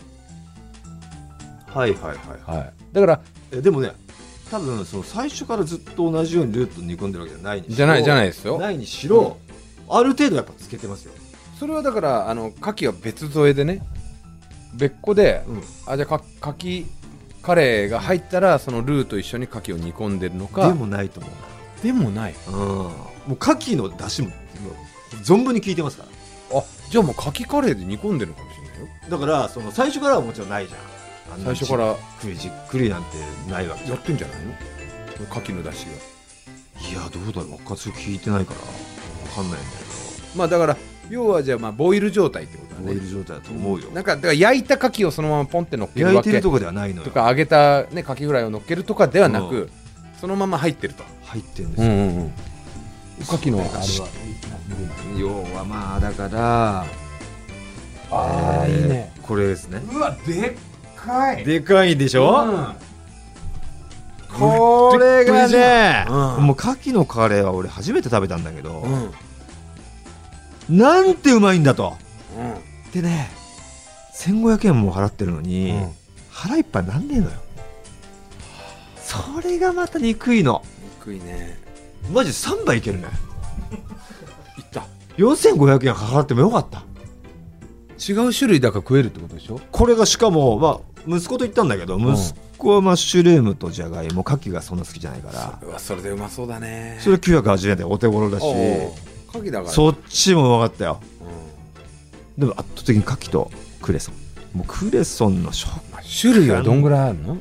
はいはいはいはいはい、だからえでもね多分その最初からずっと同じようにルーと煮込んでるわけじゃないにしろじゃないじゃないですよないにしろ、ある程度やっぱつけてますよ、それはだからあの牡蠣は別添えでね別個で、うん、あじゃあか牡蠣カレーが入ったらそのルーと一緒に牡蠣を煮込んでるのかでもないと思うでもないなうんもう牡蠣の出汁ももう存分に効いてますかあじゃあもう牡蠣カレーで煮込んでるのかもしれないよらだからその最初からはもちろんないじゃんあんな最初からじっくりじっくりなんてないわけじゃやんってんじゃないの牡蠣の出汁がいやどうだろう分かそれ聞いてないから分かんないんだけまあだから要はじゃあまあボイル状態ってことだどボイルね状態だと思うよなんかだから焼いた牡蠣をそのままポンって乗っける焼いわてけるととこではないのよか揚げた、ね、牡蠣フライを乗っけるとかではなく、うそのまま入ってると入ってるんですよ、うんうん牡蠣のあれは要はまあだからあえーこれですねうわでっかいでかいでしうんこれがね、うんもう牡蠣のカレーは俺初めて食べたんだけどう、んなんてうまいんだとでね1500円も払ってるのに、うん腹いっぱいなんねえのよそれがまた憎いの憎いねマジ3杯いけるねいった4500円払ってもよかった違う種類だから食えるってことでしょこれがしかも、まあ、息子と行ったんだけど息子はマッシュルームとじゃがいも牡蠣がそんな好きじゃないからうわそれでうまそうだねそれ980円でお手頃だし牡蠣だからそっちも分かったようんでも圧倒的に牡蠣とクレソンもうクレソンの食まあ種類はどんぐらいあるの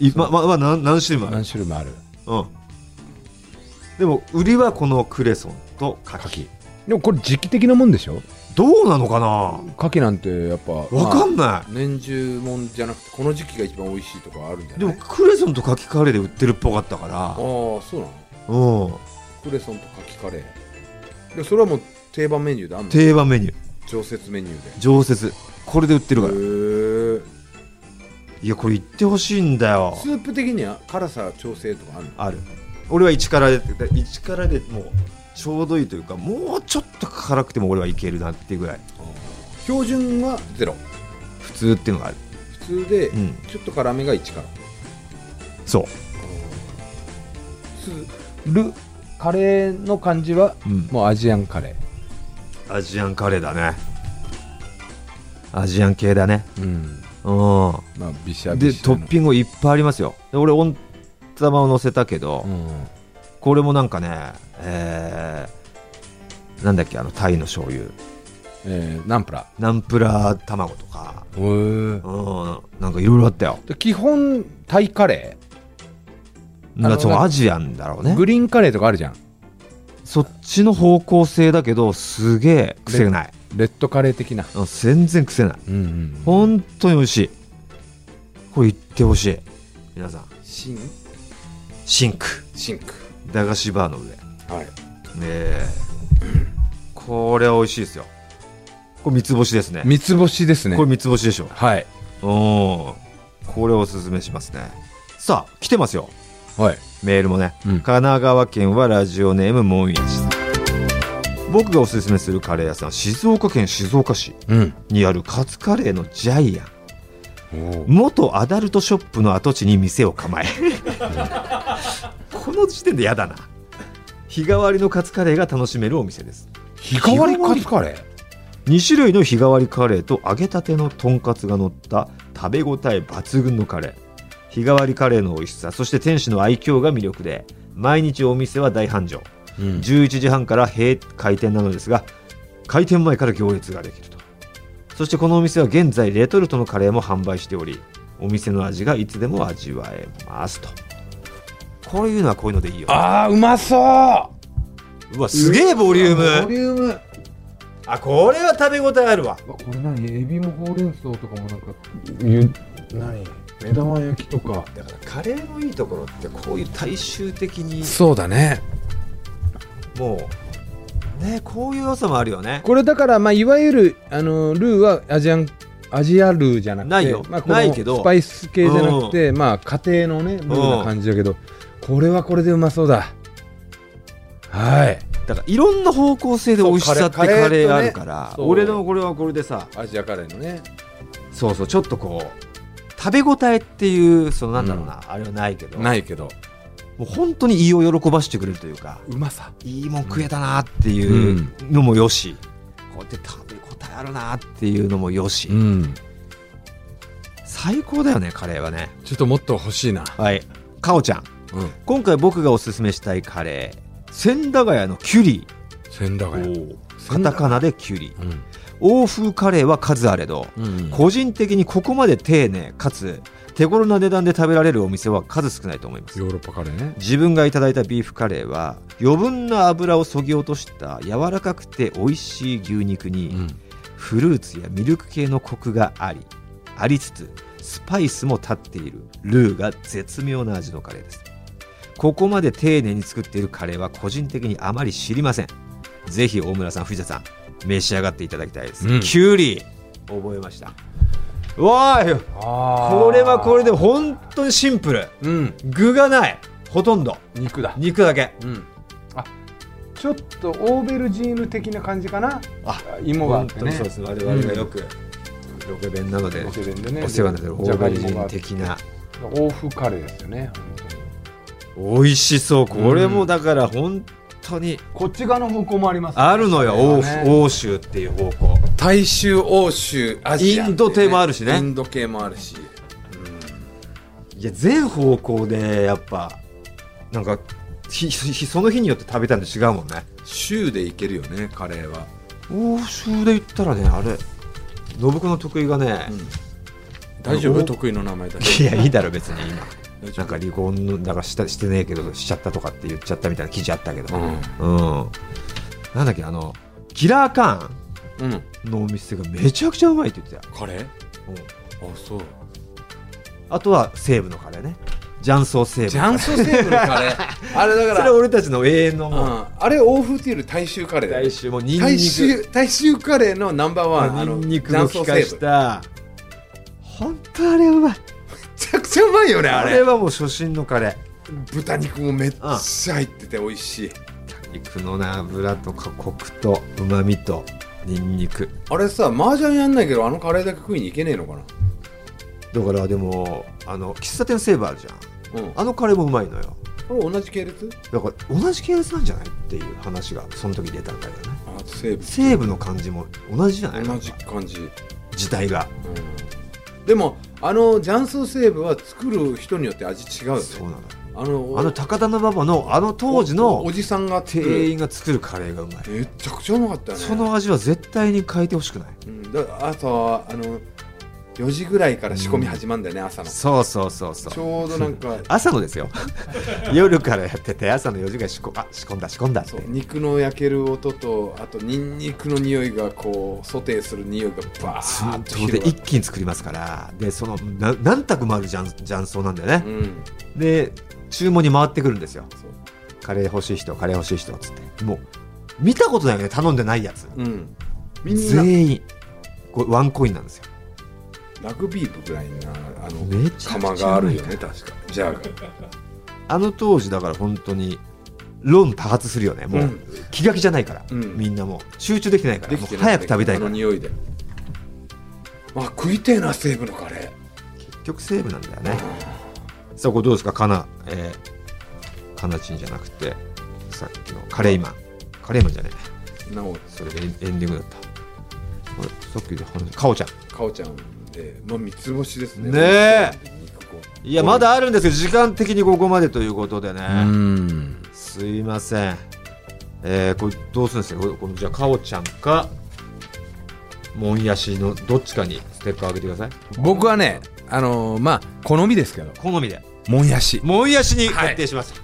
いままま何何種類もある何種類もあるうんでも売りはこのクレソンと牡牡蠣蠣でもこれ時期的なもんでしょどうなのかな牡蠣なんてやっぱ分かんない、年中もんじゃなくてこの時期が一番美味しいとかあるんじゃないでもクレソンと牡蠣カレーで売ってるっぽかったからああそうなのうんクレソンとかきカレーでそれはもう定番メニューであんの定番メニュー常設メニューで常設これで売ってるからへえいやこれ言ってほしいんだよスープ的には辛さ調整とかあるのある俺は一からで一からでもうちょうどいいというかもうちょっと辛くても俺はいけるなっていうぐらい標準はゼロ普通っていうのがある普通でうんちょっと辛めが1からそうするカレーの感じはうんもうアジアンカレアジアンカレーだねアジアン系だねーうんうんまあビシャでビシャトッピングいっぱいありますよで俺温玉を乗せたけど、うんこれもなんかねえー、なんだっけあのタイの醤油えーナンプラナンプラー卵とかへえうんなんかいろいろあったよ基本タイカレだからそうあのアジアンだろうーねグリーンカレーとかあるじゃんそっちの方向性だけどすげえ癖がないレッドカレー的なうん全然癖ないうんうん本当に美味しいこれ言ってほしい皆さんシンシンクシンク駄菓子バーの上ねはいえこれは美味しいですよこれ三つ星ですね三つ星ですねこれ三つ星でしょはいうんこれをおすすめしますねさあ来てますよはいメールもね、うん神奈川県はラジオネームもみやしさん僕がおすすめするカレー屋さんは静岡県静岡市うんにあるカツカレーのジャイアンお元アダルトショップの跡地に店を 構えこの時点でやだな日替わりのカツカレーが楽しめるお店です日替わりカツカレー2種類の日替わりカレーと揚げたてのとんかつが乗った食べ応え抜群のカレー日替わりカレーの美味しさそして店主の愛嬌が魅力で毎日お店は大繁盛うん11時半から閉開店なのですが開店前から行列ができるとそしてこのお店は現在レトルトのカレーも販売しておりお店の味がいつでも味わえますとこういうのはこういうのでいいよあーうまそううわすげえボリューボムリュームあこれは食べ応えあるわこれ何エビもほうれん草とかもなんかゆ何目玉焼きとかだからカレーのいいところってこういう大衆的にそうだねもうねこういう良さもあるよねこれだからまあいわゆるあのルーはアジアンアジアルーじゃなくてないよまあ、このないけどスパイス系じゃなくて、まあ家庭のねルーな感じだけど、これはこれでうまそうだはいだからいろんな方向性で美味しさってそカうカレーカレーレとーねあるから、そう俺のこれはこれでさアジアカレーのねそうそうちょっとこう食べ応えっていうそのなんだろうな、あれはないけどもいけどう本当に胃を喜ばしてくれるというかうまさいいもん食えたなっていうのもよし、こうやって食べ応えあるなっていうのもよし、うん最高だよねカレーはねちょっともっと欲しいなはいかおちゃんうん今回僕がおすすめしたいカレー千駄ヶ谷のキュリ千駄ヶ谷ーカタカナでキュリーうん欧風カレーは数あれどうん個人的にここまで丁寧かつ手頃な値段で食べられるお店は数少ないと思いますヨーロッパカレーね自分がいただいたビーフカレーは余分な油をそぎ落とした柔らかくて美味しい牛肉にフルーツやミルク系のコクがありありつつスパイスも立っているルーが絶妙な味のカレーですここまで丁寧に作っているカレーは個人的にあまり知りませんぜひ大村さん藤田さん召し上がっていただきたいです、うんキュウリ覚えましたわーいここれはこれで本当にシンプルうん具がないほとんど肉だ肉だけうんあちょっとオーベルジーヌ的な感じかなあ芋があって本当にねそうです我々がよくロケ弁などでロケ弁でねお世話になってるじゃ大がいベもが人的な欧風カレーですよね本当に美味しそうこれもだから本当にこっち側の方向もありますねあるのよ欧これはね欧州っていう方向大衆欧州アジアインっていうねンド系もあるしねインド系もあるしいや全方向でやっぱなんかひひその日によって食べたんで違うもんね週でいけるよねカレーは、欧州で言ったらねあれ信子の得意がね、大丈夫お得意の名前だけいやいいだろ別に今大丈なんか離婚のなんかしたしてねえけどしちゃったとかって言っちゃったみたいな記事あったけど、うんなんだっけあのキラーカ夫うん、うん、ーンのお店がめちゃくちゃうまいって言ってたよ、カレーうんあそうあとは西武のカレーね雀荘西武ジャンソセーブのカレー あれだそかれら俺たちの永遠のもう、うんあれ欧風っていうより大衆カレーだよ大衆もうニンニク大衆大衆カレーのナンバーワンあニのンニクの効か雀荘しセーブめた本当あれうまいちゃくちゃうまいよねああれれはもう初心のカレー豚肉もめっちゃ入ってて美味しい、肉のな油とかコクとうまみとニンニクあれさ麻雀やんないけどあのカレーだけ食いに行けねえのかなだからでもあの喫茶店セーブあるじゃんうんあのカレーもうまいのよこれ同じ系列だから同じ系列なんじゃないっていう話がその時出たんだよねあ西武西武の感じも同じじゃない同じ感じ、時代がうん、でもあの雀荘西武は作る人によって味違うよねそうなのあのあの高田馬場のあの当時おのおじさんが作店る員が作るカレーがうまいめちゃくちゃうまかったねその味は絶対に変えてほしくないうん、だ朝はあの4時ぐらいから仕込み始まるんだよね、朝のちそうそうそうそうょうどなんか朝のですよ夜からやってて朝の4時ぐらい仕込あ仕込んだ仕込んだってそう肉の焼ける音とあとニンニクの匂いがこうソテーする匂いがバーッとそう広でがる一気に作りますからでそのな何択もあるじゃん雀荘なんだよね、うんで注文に回ってくるんですよそうカレー欲しい人カレー欲しい人っつってもう見たことないよね頼んでないやつうん、みんな全員これワンコインなんですよラグビー部ぐらいなあのめちゃ釜くちゃがあうまるいよね確かじゃああの当時だから本当に論多発するよねもう、うん気が気じゃないから、うんみんなもう集中できてないからできてもなう早く食べたいあかのら匂いであ食いてえな西武のカレ結局セーブなんだよねー、さあこれどうですかかなえー、かなちんじゃなくてさっきのカレーマンカレーマンじゃねえなおそれエンエンディングだったあれさっきで話かおちゃんかおちゃんで、まあ、三つ星ですねねえここいやまだあるんですよ時間的にここまでということでね、うんすいませんえー、これどうするんですかこれこのじゃあかおちゃんかもんやしのどっちかにステッカーあげてください僕はねあのーまあ好みですけど好みでもんやしもんやしに決定します、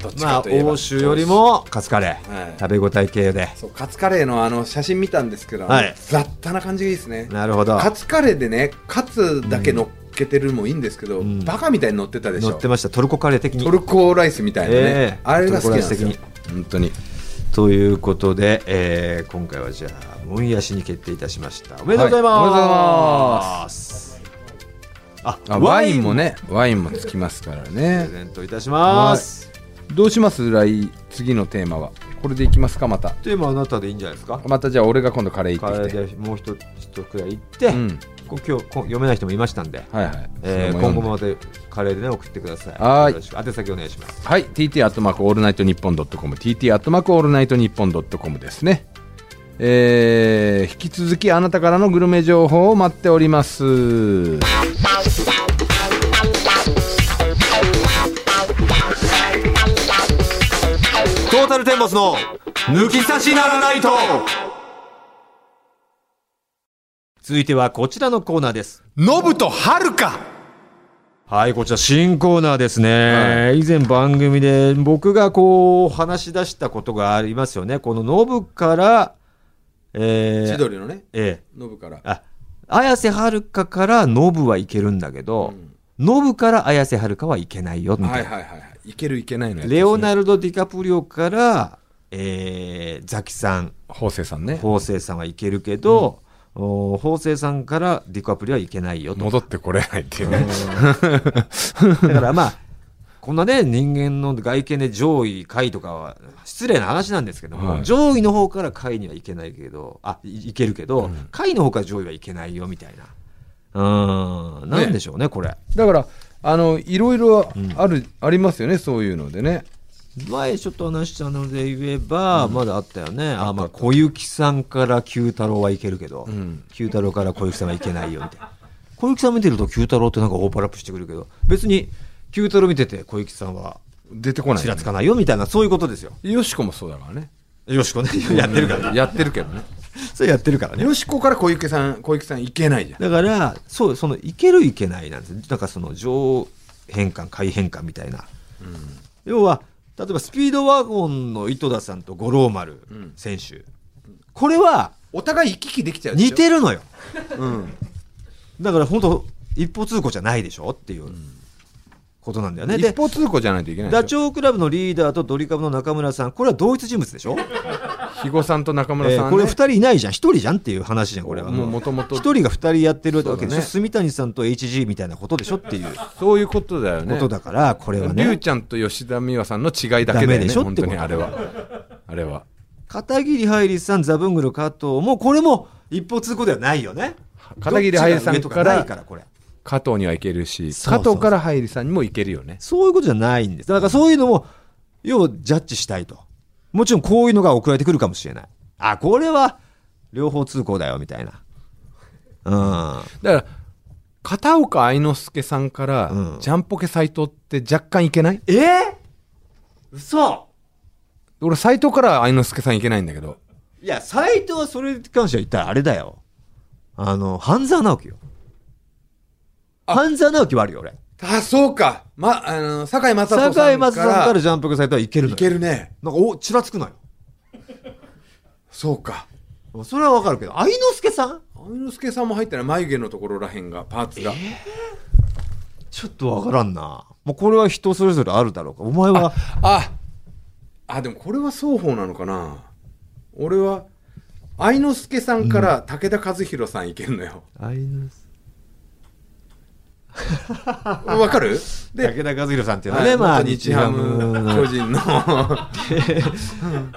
どっちまかあといえば欧州よりもカツカレー、はい食べ応え系でそうカツカレーのあの写真見たんですけど、はい雑多な感じがいいですねなるほどカツカレーでねカツだけ乗っけてるのもいいんですけど、んバカみたいに乗ってたでしょ乗ってましたトルコカレー的にトルコライスみたいなね、ええあれが好きなんですトよルコラ本当にということで、えー今回はじゃあもんやしに決定いたしましたおめでとうございます、はいおめでとうございますああワインもねワインもつきますからプレねゼントいたします、どうします来次のテーマはこれでいきますかまたテーマあなたでいいんじゃないですかまたじゃあ俺が今度カレー行カレってきてーでもう一一くらい行って、うんこ今日こ読めない人もいましたんで、はいはい、えーそれ今後読んでもまたカレーでね送ってくださいはいよろしく宛先お願いしますはい、TT アットマークオールナイトニッポンドットコム、TT アットマークオールナイトニッポンドットコムですね。えー、引き続きあなたからのグルメ情報を待っております。トータルテンボスの抜き差しならないと続いてはこちらのコーナーですノブとはるか。はい、こちら新コーナーですね。以前番組で僕がこう話し出したことがありますよね。このノブから、え千ー、鳥のね、えノブからえ。あ、綾瀬はるかからノブはいけるんだけど、ノブから綾瀬はるかはいけないよみたはいいな。はいはい。いけるいけないのやつですねレオナルド・ディカプリオから、えー、ザキさん、法政さんね。方正さんはいけるけど、お方正さんからディカプリオはいけないよと。戻ってこれないっていうね。だからまあ、こんなね、人間の外見で上位、下位とかは、失礼な話なんですけども、はい上位の方から下位にはいけないけど、あ、いいけるけど、下位の方から上位はいけないよ、みたいな。うーん、なんでしょうね、これ。 だから、あの、いろいろある、ありますよね、そういうのでね。前ちょっと話したので言えば、まだあったよね。あ、まあ、小雪さんから九太郎はいけるけど、九太郎から小雪さんはいけないよ、みたいな。小雪さん見てると九太郎ってなんかオーバーラップしてくるけど別に九太郎見てて小雪さんは出てこないちよらねつかないよみたいなそういうことですよよしこもそうだからねよしこねやってるからやってるけどねそれやってるからねよしこから小池さん小池さんいけないじゃんだからそうそのいけるいけないなんですなんかその上変換下位変換みたいな、要は例えばスピードワゴンの井戸田さんと五郎丸選手、これはお互い行き来できちゃうでしょ似てるのようんだから本当一歩通行じゃないでしょっていうことなんだよね、で一方通行じゃないといけないダでしチょョウ倶楽部のリーダーとドリカムの中村さんこれは同一人物でしょ、肥後さんと中村えさん、ねーこれ2人いないじゃん1人じゃんっていう話じゃんこれはもう元々1人が2人やってるわけでしょ、そうだね住谷さんと HG みたいなことでしょっていうそういうことだよねことだからこれはりゅうねちゃんと吉田美和さんの違いだけダだよメねでしょ本っ当てことにあれはあれは片桐はいりさんザブングル加藤もこれも一歩通行ではないよね片桐はいりさんどっちが上とかないらからこれ加藤には行けるしそうそう加藤から入りさんにも行けるよねそういうことじゃないんです。だからそういうのも、要はジャッジしたいと。もちろんこういうのが送られてくるかもしれない。あ、これは両方通行だよ、みたいな。だから片岡愛之助さんから、うんジャンポケ斎藤って若干いけないうん。え嘘俺斎藤から愛之助さんいけないんだけどいや、斎藤はそれに関しては言ったらあれだよ。あの、半沢直樹よ。半沢直樹はあるよ、俺。あそうか、ま、あの坂井正人さんから坂井松さんからジャンプが斎藤はいけるのよ。いけるねなんか、お、ちらつくのそうかよ。それはわかるけど、愛之助さん愛之助さんも入ったら眉毛のところらへんがパーツが、ちょっとわからんな。もうこれは人それぞれあるだろうか。お前は、ああでもこれは双方なのかな俺は愛之助さんから武田和弘さんいけるのよ愛之助わ、かるで武田和弘さんっていうのははね、いまあ、元日ハム巨人の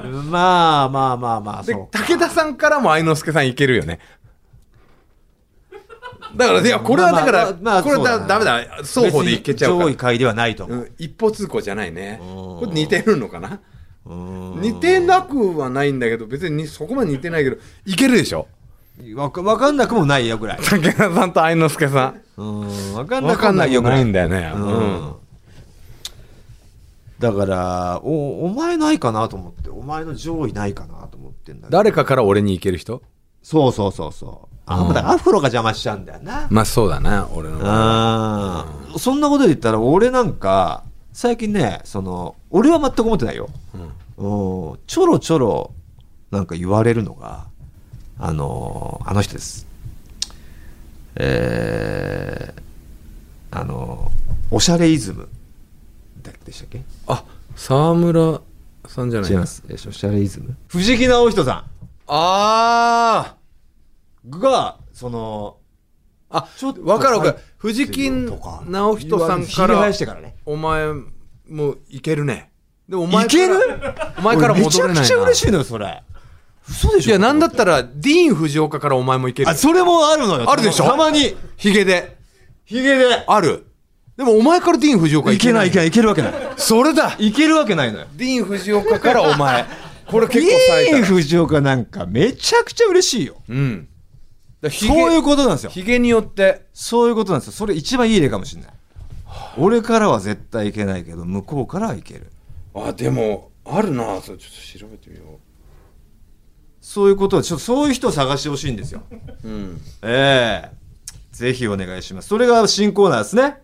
うん まあまあまあまあ、でそう。武田さんからも愛之助さんいけるよねだからいやこれはだから、まあまあまあこれはだそうだダメなだ双方でいけちゃうか別に上ら位階ではないと思う。うん一方通行じゃないねうんこれ似てるのかなうん似てなくはないんだけど別にそこまで似てないけどいけるでしょわかわかんなくもないよぐらい。武田さんと愛之助さんうん、わかん分なくかもんなないいよよくぐならいい。んだよねううんんだから、お、お前ないかなと思って、お前の上位ないかなと思ってんだけど。誰かから俺にいける人そうそうそうそう。あ、だからアフロが邪魔しちゃうんだよな。まあそうだな俺のあーそんなことで言ったら俺なんか最近ねその俺は全く思ってないよ、うんちょろちょろなんか言われるのがあのーあの人ですえー、あのーおしゃれイズムだでしたっけあ沢村さんじゃない違いますえおしゃれイズム藤木直人さあんがそのああちょっと分かる分かる藤木とか直人さんひげか生らやしてからねお前もいけるねでもおいけるお前から戻れないな俺めちゃくちゃ嬉しいのよそれ嘘でしょいや、なんだったら、ディーン・フジオカからお前もいけるあ、。それもあるのよ。あるでしょたまに。ヒゲで。ヒゲで。ある。でも、お前からディーン・フジオカいけない、いけい。ない、いけるわけない。それだいけるわけないのよ。ディーン・フジオカからお前。これ結構い最い高。藤岡なんかめちゃくちゃ嬉しいよ。うん。だヒそういうゲ、ことなんですよ。ヒゲによって。そういうことなんですよ。それ一番いい例かもしれない。俺からは絶対いけないけど、向こうからはいける。あ、でも、あるなそれちょっと調べてみよそういうことは、ちょっとそういう人を探してほしいんですよ。う。うん。ええぜひお願いします。それが新コーナーですね。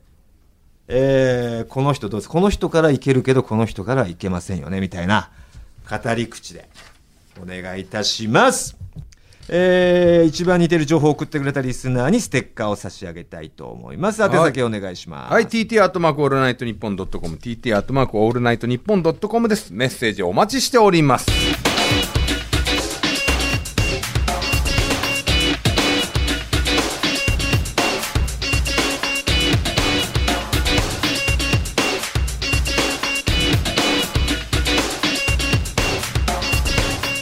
えーこの人どうですこの人からいけるけど、この人からはいけませんよね、みたいな語り口でお願いいたします。えー一番似てる情報を送ってくれたリスナーにステッカーを差し上げたいと思います。宛先お願いします。はい、TT アットマークオールナイトニッポンドットコム、TT アットマークオールナイトニッポンドットコムです。メッセージお待ちしております。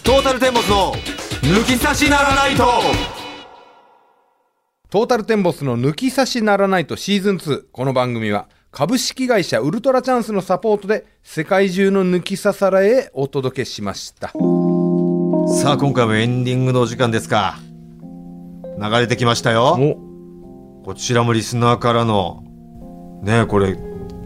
トータルテンボスの抜き差しならないとトータルテンボスの抜き差しならないとシーズン2。この番組は株式会社ウルトラチャンスのサポートで世界中の抜き差されへお届けしました。さあ、今回もエンディングのお時間ですか。流れてきましたよ。おこちらもリスナーからの、ね、これ、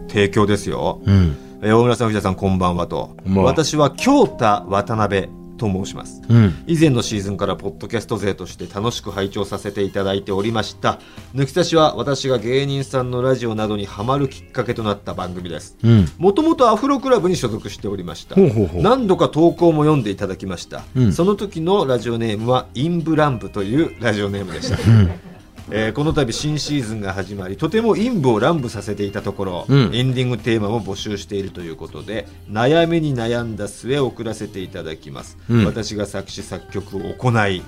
提供ですよ。うん。えー大村さん、藤田さん、こんばんはと。こんばんは私は京太渡辺と申します。うん。以前のシーズンからポッドキャスト勢として楽しく拝聴させていただいておりました抜き差しは私が芸人さんのラジオなどにハマるきっかけとなった番組ですうん。もともとアフロクラブに所属しておりましたほうほうほう何度か投稿も読んでいただきました、うんその時のラジオネームはインブランブというラジオネームでした、えーこの度新シーズンが始まりとても陰部を乱舞させていたところ、うんエンディングテーマも募集しているということで悩みに悩んだ末送らせていただきます、うん私が作詞作曲を行い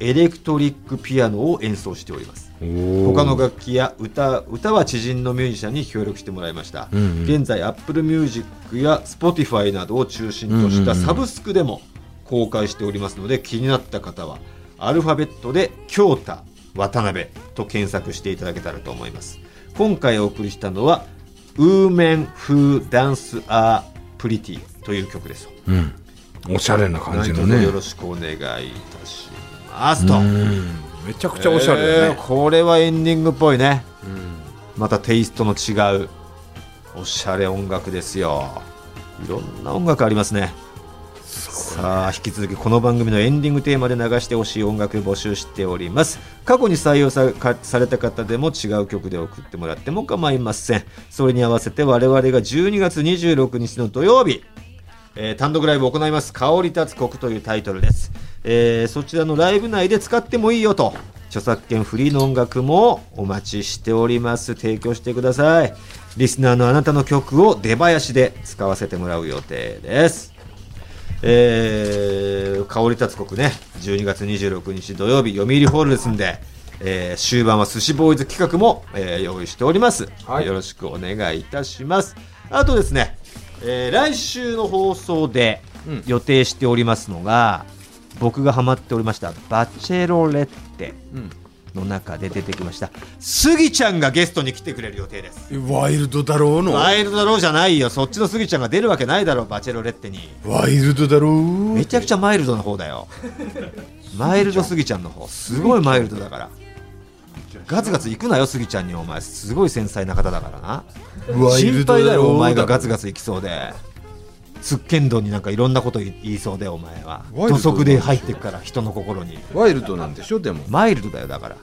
エレクトリックピアノを演奏しております他の楽器や歌歌は知人のミュージシャンに協力してもらいました、うんうん現在 Apple Music や Spotify などを中心としたサブスクでも公開しておりますので気になった方はアルファベットで「京太渡辺」と検索していただけたらと思います今回お送りしたのは「ウーメン風ダンスアープリティ」という曲ですうん。おしゃれな感じの何ね。卒よろしくお願いいたしますとうん。めちゃくちゃおしゃれだえーね。これはエンディングっぽいね、またテイストの違うおしゃれ音楽ですよいろんな音楽ありますねさあ引き続きこの番組のエンディングテーマで流してほしい音楽募集しております過去に採用さかされた方でも違う曲で送ってもらっても構いませんそれに合わせて我々が12月26日の土曜日えー単独ライブを行います「香り立つ国」というタイトルです、えーそちらのライブ内で使ってもいいよと著作権フリーの音楽もお待ちしております提供してくださいリスナーのあなたの曲を出囃子で使わせてもらう予定ですえー、香り立つ国ね、12月26日土曜日、読売ホールですんで、えー終盤は寿司ボーイズ企画も、えー用意しております、はいよろしくお願いいたします。あとですね、えー来週の放送でうん予定しておりますのが、僕がハマっておりました、バチェロレッテの中で出てきました、スギちゃんがゲストに来てくれる予定です。うん。ワイルドだろうの。ワイルドだろうじゃないよ、そっちのスギちゃんが出るわけないだろう、バチェロレッテに。ワイルドだろうめちゃくちゃマイルドな方だよマイルドスギちゃんの方すごいマイルドだからガツガツ行くなよスギちゃんにお前すごい繊細な方だからなワイ心ルド配だだろようお前がガツガツ行きそうでツッケンドンになんかいろんなこと言いそうでお前はワイルド土足で入ってくから人の心にワイルドなんでしょでもマイルドだよだから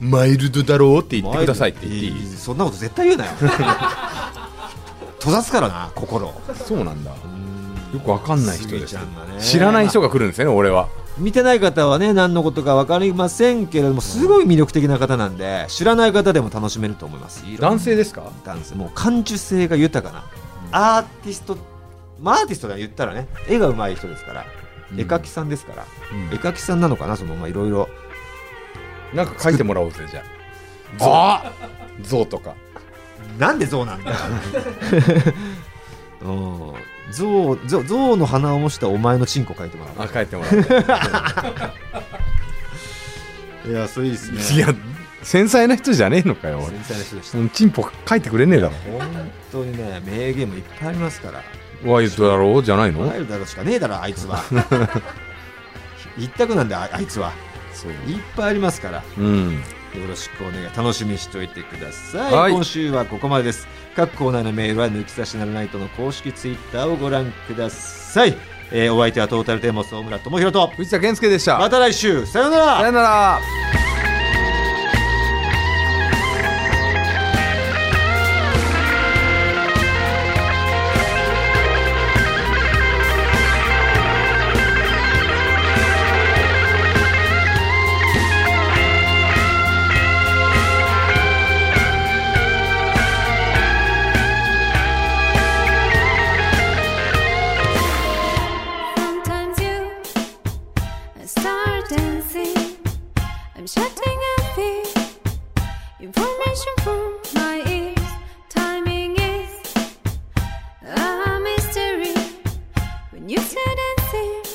マイルドだろうって言ってくださいって言っていマイルいドそんなこと絶対言う なよ閉ざすからな心そうなんだよくわかんない人ですスギちゃんがね知らない人が来るんですよね俺は見てない方はね何のことか分かりませんけれどもすごい魅力的な方なんで知らない方でも楽しめると思います男性ですか男性もう感受性が豊かなアーティストまあアーティストで言ったらね絵が上手い人ですからうん絵描きさんですから、うん絵描きさんなのかなそのまあいろいろなんか書いてもらおうぜじゃああ像とかなんで象なん だうん象象象の鼻を模したお前のチンコ描いてもらあ書いてもらおうういやそういいですねいや繊細な人じゃねえのかよ俺繊細な人でしたそのチンポ書いてくれねえだ本当にね名言もいっぱいありますからろワイルドだろうじゃないの入るだろうしかねえだろあい つは一択なんだよああいつはそういっぱいありますからうんよろしくお願い楽しみにしておいてください、はい今週はここまでです各コーナーのメールは抜き差しならないとの公式ツイッターをご覧ください、えーお相手はトータルテーマス大村智広と藤田健介でしたまた来週さようさよなら Sometimes you start dancing. I'm shutting out the information from my ears. Timing is a mystery when you sit and see.